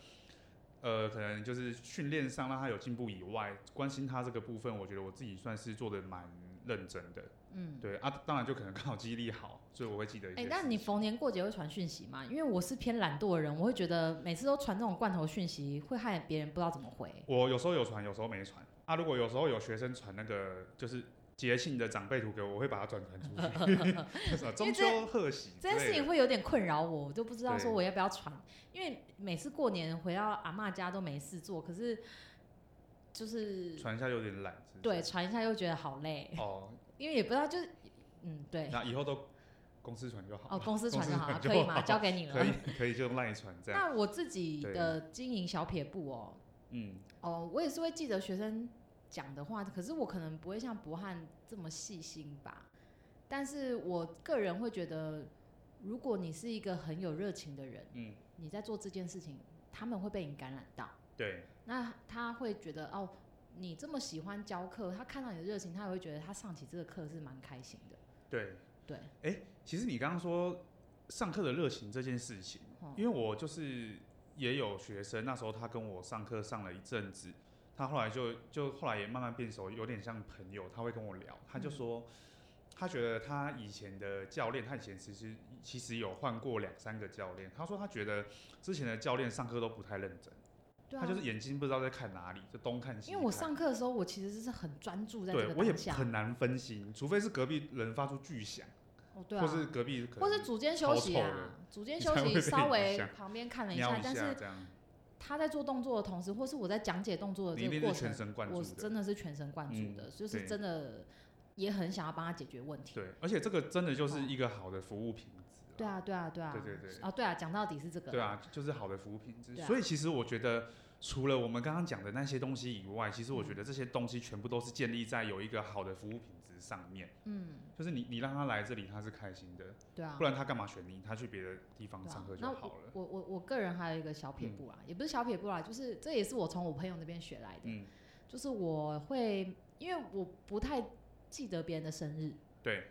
A: 呃可能就是训练上让他有进步以外，关心他这个部分，我觉得我自己算是做的蛮认真的。
B: 嗯。
A: 对啊，当然就可能刚好记忆力好，所以我会记得一些
B: 哎、
A: 事情。
B: 那你逢年过节会传讯息吗？因为我是偏懒惰的人，我会觉得每次都传这种罐头讯息，会害别人不知道怎么回。
A: 我有时候有传，有时候没传啊。如果有时候有学生传那个就是。节庆的长辈图给我，我会把它转传出 去，就是什么啊中
B: 因为这
A: 秋贺喜之
B: 这
A: 类
B: 件
A: 的。
B: 事情会有点困扰我，我就不知道
A: 对
B: 说我要不要传，因为每次过年回到阿嬷家都没事做，可是就是
A: 传一下有点懒，是不
B: 对
A: 是
B: 传一下又觉得好累，
A: 哦，
B: 因为也不知道就是嗯对
A: 那以后都公司传就好
B: 哦
A: 了。
B: 公司传就好了，
A: 就
B: 可以吗？
A: 好
B: 交给你
A: 可以
B: 了。
A: 可以就赖传 这样。
B: 那我自己
A: 对
B: 的经营小撇步哦，
A: 嗯，
B: 哦我也是会记得学生讲的话，可是我可能不会像博翰这么细心吧，但是我个人会觉得，如果你是一个很有热情的人，
A: 嗯，
B: 你在做这件事情，他们会被你感染到。
A: 对
B: 那他会觉得哦，你这么喜欢教课，他看到你的热情，他也会觉得他上起这个课是蛮开心的。
A: 对。
B: 对，
A: 其实你刚刚说上课的热情这件事情，
B: 哦
A: 因为我就是也有学生，那时候他跟我上课上了一阵子，他后来就就后来也慢慢变熟，有点像朋友，他会跟我聊，
B: 嗯
A: 他就说。他觉得他以前的教练，他以前其实其实有换过两三个教练。他说他觉得之前的教练上课都不太认真，
B: 对啊，
A: 他就是眼睛不知道在看哪里，就东看西看。
B: 因为我上课的时候，我其实是很专注在这
A: 对
B: 个
A: 我也
B: 当下。
A: 很难分心，除非是隔壁人发出巨响，
B: 哦，对啊，
A: 或是隔壁可能
B: 或是组间休息
A: 超臭
B: 啊
A: 的，
B: 组间
A: 你
B: 休
A: 才会
B: 息
A: 被
B: 稍
A: 影
B: 微
A: 响
B: 旁边看了一
A: 瞄
B: 下，
A: 一
B: 但
A: 下
B: 是
A: 这样，
B: 他在做动作的同时，或是我在讲解动作的这
A: 你一
B: 个
A: 定
B: 过
A: 是
B: 程
A: 全，神贯注
B: 我
A: 的。嗯
B: 是真的是全神贯注的，就是
A: 对
B: 真的也很想要帮他解决问题。
A: 对，而且这个真的就是
B: 哦
A: 一个好的服务品质啊。
B: 对啊，对啊，对啊，
A: 对对对
B: 啊，对啊，讲到底是这个。
A: 对啊，就是好的服务品质。
B: 对啊
A: 所以其实我觉得，除了我们刚刚讲的那些东西以外，其实我
B: 嗯
A: 觉得这些东西全部都是建立在有一个好的服务品质上面。
B: 嗯，
A: 就是你你让他来这里，他是开心的，
B: 对啊
A: 不。然他干嘛选你？他去别的地方
B: 对啊
A: 上课就
B: 那
A: 好了。
B: 我我我个人还有一个小
A: 嗯
B: 撇步啦，也不是小撇步啦，就是这也是我从我朋友那边学来的，
A: 嗯，
B: 就是我会因为我不太记得别人的生日，
A: 对，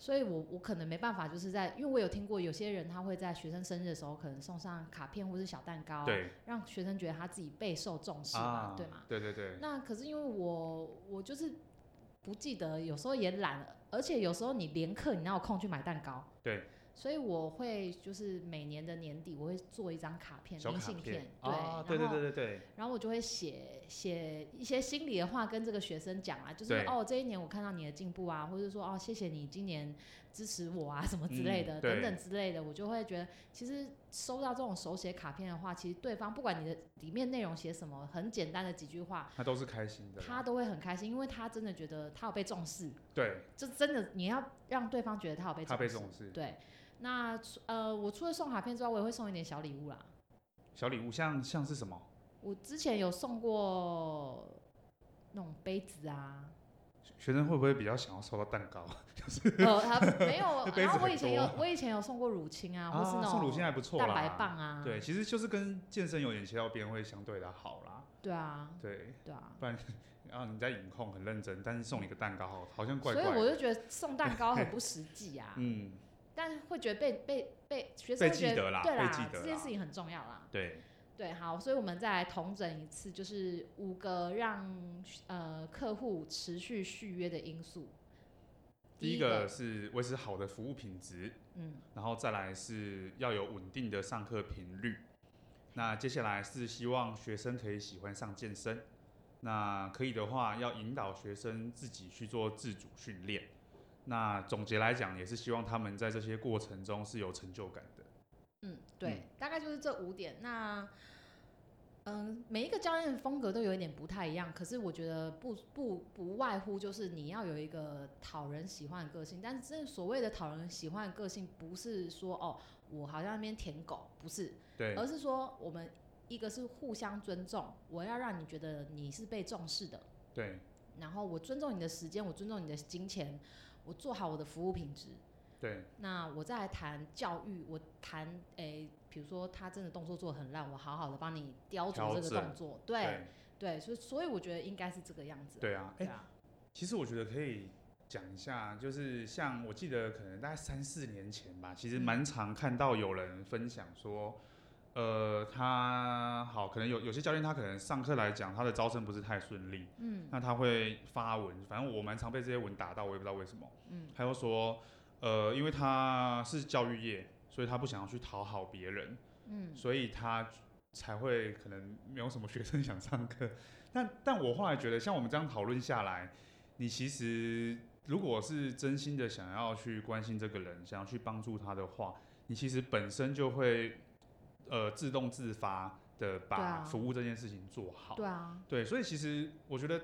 B: 所以我我可能没办法，就是在因为我有听过有些人他会在学生生日的时候可能送上卡片或是小蛋糕，
A: 对
B: 让学生觉得他自己备受重视嘛，
A: 啊，
B: 对吗？
A: 对对对，
B: 那可是因为我我就是不记得，有时候也懒，而且有时候你连课你哪有空去买蛋糕？
A: 对。
B: 所以我会就是每年的年底，我会做一张卡片，
A: 小
B: 明
A: 卡
B: 信
A: 片
B: 对，
A: 啊，对对
B: 然后
A: 对对对，
B: 然后我就会写写一些心里的话跟这个学生讲啊，就是
A: 对
B: 哦这一年我看到你的进步啊，或者说哦谢谢你今年支持我啊什么之类的、
A: 嗯对
B: 等等之类的，我就会觉得其实收到这种手写卡片的话，其实对方不管你的里面内容写什么，很简单的几句话，
A: 他都是开心的啦，
B: 他都会很开心，因为他真的觉得他有被重视，
A: 对
B: 就真的你要让对方觉得他有被
A: 他被
B: 重视。
A: 重视。
B: 对，那除呃我除了送卡片之外，我也会送一点小礼物啦。
A: 小礼物像像是什么？
B: 我之前有送过那种杯子啊，
A: 学生会不会比较想要收到蛋糕？
B: 呃，还没 有
A: 那。杯
B: 然
A: 子
B: 后我
A: 很
B: 以前
A: 多
B: 有，我以前有送过乳清啊，或是那种
A: 送乳清还不错啦，
B: 蛋白棒啊，
A: 对，其实就是跟健身有点切到边会相对的好啦。
B: 对啊，
A: 对，
B: 对啊。
A: 然后你在影控很认真，但是送你个蛋糕好像怪
B: 所
A: 怪
B: 以
A: 的。
B: 我就觉得送蛋糕很不实际啊，
A: 嗯，
B: 但会觉得被被被学生
A: 被
B: 会
A: 记
B: 觉
A: 得啦，
B: 对
A: 被记
B: 啦，
A: 得
B: 这
A: 啦。
B: 件事情很重要啦。
A: 对，
B: 对，好，所以我们再来统整一次，就是五个让呃客户持续续约的因素。
A: 第一
B: 个
A: 个，是维持好的服务品质，
B: 嗯，
A: 然后再来是要有稳定的上课频率。那接下来是希望学生可以喜欢上健身，那可以的话要引导学生自己去做自主训练。那总结来讲，也是希望他们在这些过程中是有成就感的。
B: 嗯，对，大概就是这五点。那嗯，每一个教练的风格都有一点不太一样，可是我觉得不不不外乎就是你要有一个讨人喜欢的个性。但是真的所谓的讨人喜欢的个性，不是说哦我好像那边舔狗，不是，
A: 对，
B: 而是说我们一个是互相尊重，我要让你觉得你是被重视的，
A: 对，
B: 然后我尊重你的时间，我尊重你的金钱，我做好我的服务品质。
A: 对，
B: 那我再来谈教育，我谈诶，比、如说他真的动作做得很烂，我好好的帮你雕
A: 调
B: 琢这个
A: 整
B: 动作，对对，所以所以我觉得应该是这个样子。
A: 对啊，哎、
B: 对啊，
A: 其实我觉得可以讲一下，就是像我记得可能大概三四年前吧，其实
B: 嗯
A: 蛮常看到有人分享说，呃，他好，可能有有些教练他可能上课来讲他的招生不是太顺利，
B: 嗯
A: 那他会发文，反正我蛮常被这些文打到，我也不知道为什么。
B: 嗯
A: 他又说，呃，因为他是教育业，所以他不想要去讨好别人，
B: 嗯
A: 所以他才会可能没有什么学生想上课。 但但我后来觉得，像我们这样讨论下来，你其实如果是真心的想要去关心这个人，想要去帮助他的话，你其实本身就会呃自动自发
B: 对
A: 的把
B: 啊
A: 服务这件事情做好。
B: 对啊，
A: 对，所以其实我觉得，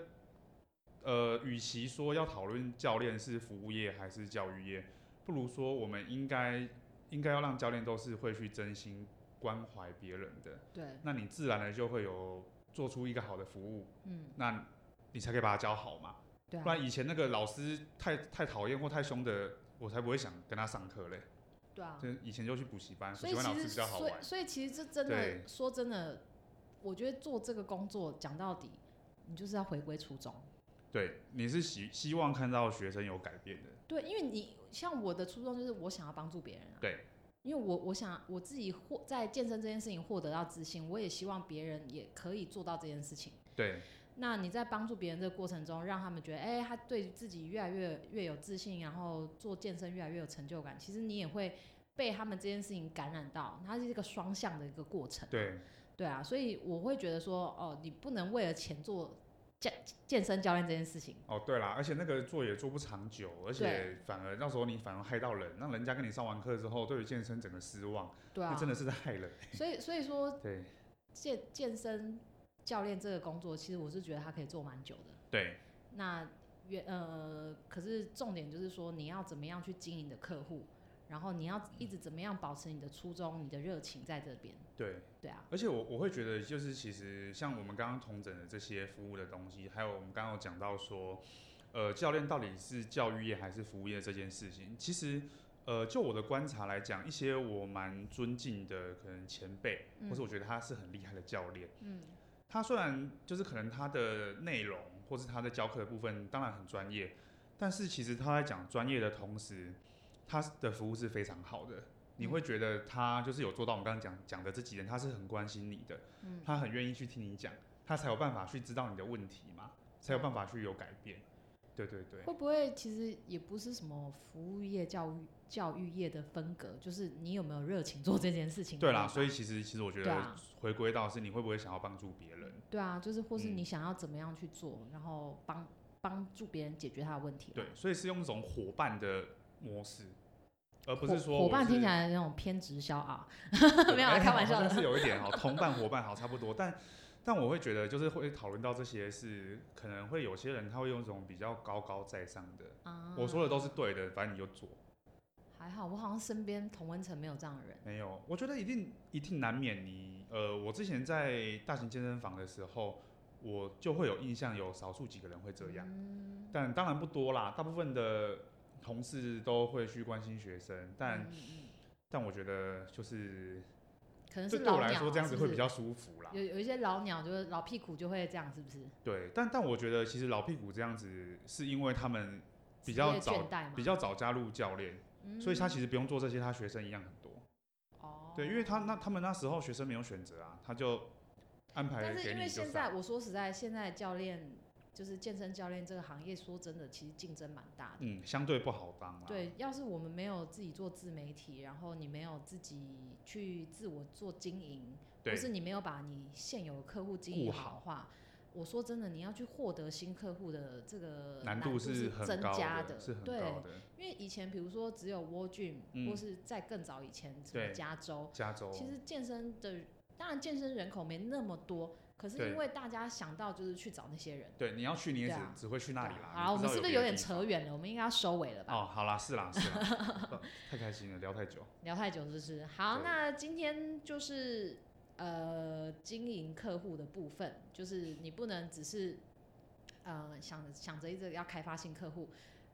A: 呃，与其说要讨论教练是服务业还是教育业，不如说我们应该应该要让教练都是会去真心关怀别人的，
B: 对，
A: 那你自然的就会有做出一个好的服务，
B: 嗯
A: 那你才可以把它教好嘛。
B: 对
A: 不
B: 啊，
A: 然以前那个老师太太讨厌或太凶的，我才不会想跟他上课嘞。
B: 对啊
A: 就。以前就去补习班，补
B: 所
A: 习
B: 以
A: 班老
B: 其实，
A: 师比较好
B: 所以
A: 玩。
B: 所以其实这真
A: 对
B: 的说真的，我觉得做这个工作讲到底，你就是要回归初衷。
A: 对，你是希希望看到学生有改变的，
B: 对，因为你像我的初衷就是我想要帮助别人啊。
A: 对，
B: 因为我我想我自己获在健身这件事情获得到自信，我也希望别人也可以做到这件事情。
A: 对
B: 那你在帮助别人这个过程中，让他们觉得，哎、他对自己越来越越有自信，然后做健身越来越有成就感。其实你也会被他们这件事情感染到，它是一个双向的一个过程。
A: 对
B: 对啊，所以我会觉得说，哦，你不能为了钱做健健身教练这件事情。
A: 哦，对啦，而且那个做也做不长久，而且反而到时候你反而害到人，让人家跟你上完课之后对于健身整个失望，
B: 对
A: 那
B: 啊，
A: 真的是在害人。
B: 所以所以说
A: 对
B: 健健身教练这个工作，其实我是觉得他可以做蛮久的。
A: 对
B: 那原呃，可是重点就是说，你要怎么样去经营你的客户，然后你要一直怎么样保持你的初衷、你的热情在这边。
A: 对，
B: 对啊，
A: 而且我我会觉得就是其实像我们刚刚同整的这些服务的东西，还有我们刚刚有讲到说，呃，教练到底是教育业还是服务业这件事情，其实。呃，就我的观察来讲，一些我蛮尊敬的可能前辈，
B: 嗯
A: 或是我觉得他是很厉害的教练，
B: 嗯，
A: 他虽然就是可能他的内容或是他在教课的部分当然很专业，但是其实他在讲专业的同时，他的服务是非常好的。你
B: 嗯
A: 会觉得他就是有做到我们刚刚讲讲的这几点，他是很关心你的，
B: 嗯
A: 他很愿意去听你讲，他才有办法去知道你的问题嘛，才有办法去有改变。对对对，
B: 会不会其实也不是什么服务业、教育教育业的分隔，就是你有没有热情做这件事情？
A: 对啦，所以其实其实我觉
B: 对
A: 得
B: 啊
A: 回归到是你会不会想要帮助别人？
B: 对啊，就是或是
A: 嗯
B: 你想要怎么样去做，然后帮帮助别人解决他的问题嘛。
A: 对，所以是用一种伙伴的模式，而不
B: 伙
A: 是说
B: 伙
A: 我
B: 伴
A: 是
B: 听起来那种偏直销啊，
A: 对
B: 没有啊
A: 哎
B: 开玩笑
A: 好像
B: 的
A: 是有一 点好，同伴伙伴好差不多，但但我会觉得就是会讨论到这些是可能会有些人他会用一种比较高高在上的，
B: 啊
A: 我说的都是对的，反正你就做。
B: 还好，我好像身边同温层没有这样的人。
A: 没有，我觉得一定一定难免你呃，我之前在大型健身房的时候，我就会有印象，有少数几个人会这样，
B: 嗯
A: 但当然不多啦，大部分的同事都会去关心学生，但、
B: 嗯嗯嗯
A: 但我觉得就是
B: 可能
A: 这
B: 是
A: 对我
B: 老
A: 来
B: 鸟
A: 说
B: 啊
A: 这样子
B: 是不
A: 会
B: 是
A: 比较舒服啦。
B: 有有一些老鸟就是老屁股就会这样，是不是？
A: 对，但但我觉得其实老屁股这样子是因为他们比较
B: 职业
A: 早
B: 倦怠嘛，
A: 比较早加入教练，
B: 嗯
A: 所以他其实不用做这些，他学生一样很多。
B: 哦，
A: 对，因为他那他们那时候学生没有选择啊，他就安排
B: 但
A: 给
B: 是因
A: 你
B: 为
A: 就
B: 现
A: 上
B: 在我说实在，现在教练就是健身教练这个行业，说真的，其实竞争蛮大的。
A: 嗯，相对不好当啦。
B: 对，要是我们没有自己做自媒体，然后你没有自己去自我做经营，或
A: 对
B: 是你没有把你现有的客户经
A: 顾
B: 营
A: 好
B: 好的话，我说真的，你要去获得新客户的这个
A: 难
B: 度
A: 是很
B: 增
A: 高
B: 加
A: 的，是很
B: 对，
A: 高的。
B: 因为以前比如说只有 w a r g y m 或
A: 嗯
B: 是在更早以前什么
A: 对哦
B: 加州，
A: 加州
B: 其实健身的当然健身人口没那么多，可是
A: 对
B: 因为大家想到就是去找那些人。
A: 对，你要去你也只、
B: 对啊
A: 只会去那里啦。
B: 好，我们
A: 你知道
B: 是不是
A: 别
B: 有
A: 的
B: 点
A: 地
B: 扯远了？我们应该要收尾了吧？
A: 方？哦，好啦，是啦，是啦， 呃太开心了，聊太久。
B: 聊太久是不是？好，
A: 对
B: 那今天就是呃经营客户的部分，就是你不能只是呃想想着一直要开发新客户，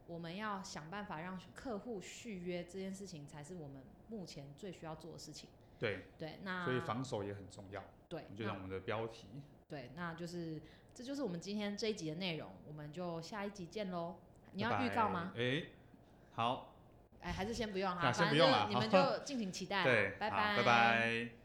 B: 我们要想办法让客户续约这件事情才是我们目前最需要做的事情。
A: 对，
B: 对，那
A: 所以防守也很重要。
B: 对，
A: 就像
B: 那
A: 我们的标题，
B: 对，那就是这就是我们今天这一集的内容，我们就下一集见喽。你要
A: 拜
B: 预
A: 拜
B: 告吗？？
A: 哎、好，
B: 哎，还是先不用哈，
A: 那先
B: 反
A: 不
B: 正
A: 用啦
B: 你们
A: 好
B: 就敬请期待啦。
A: 对，
B: 拜
A: 好
B: 拜，
A: 拜拜。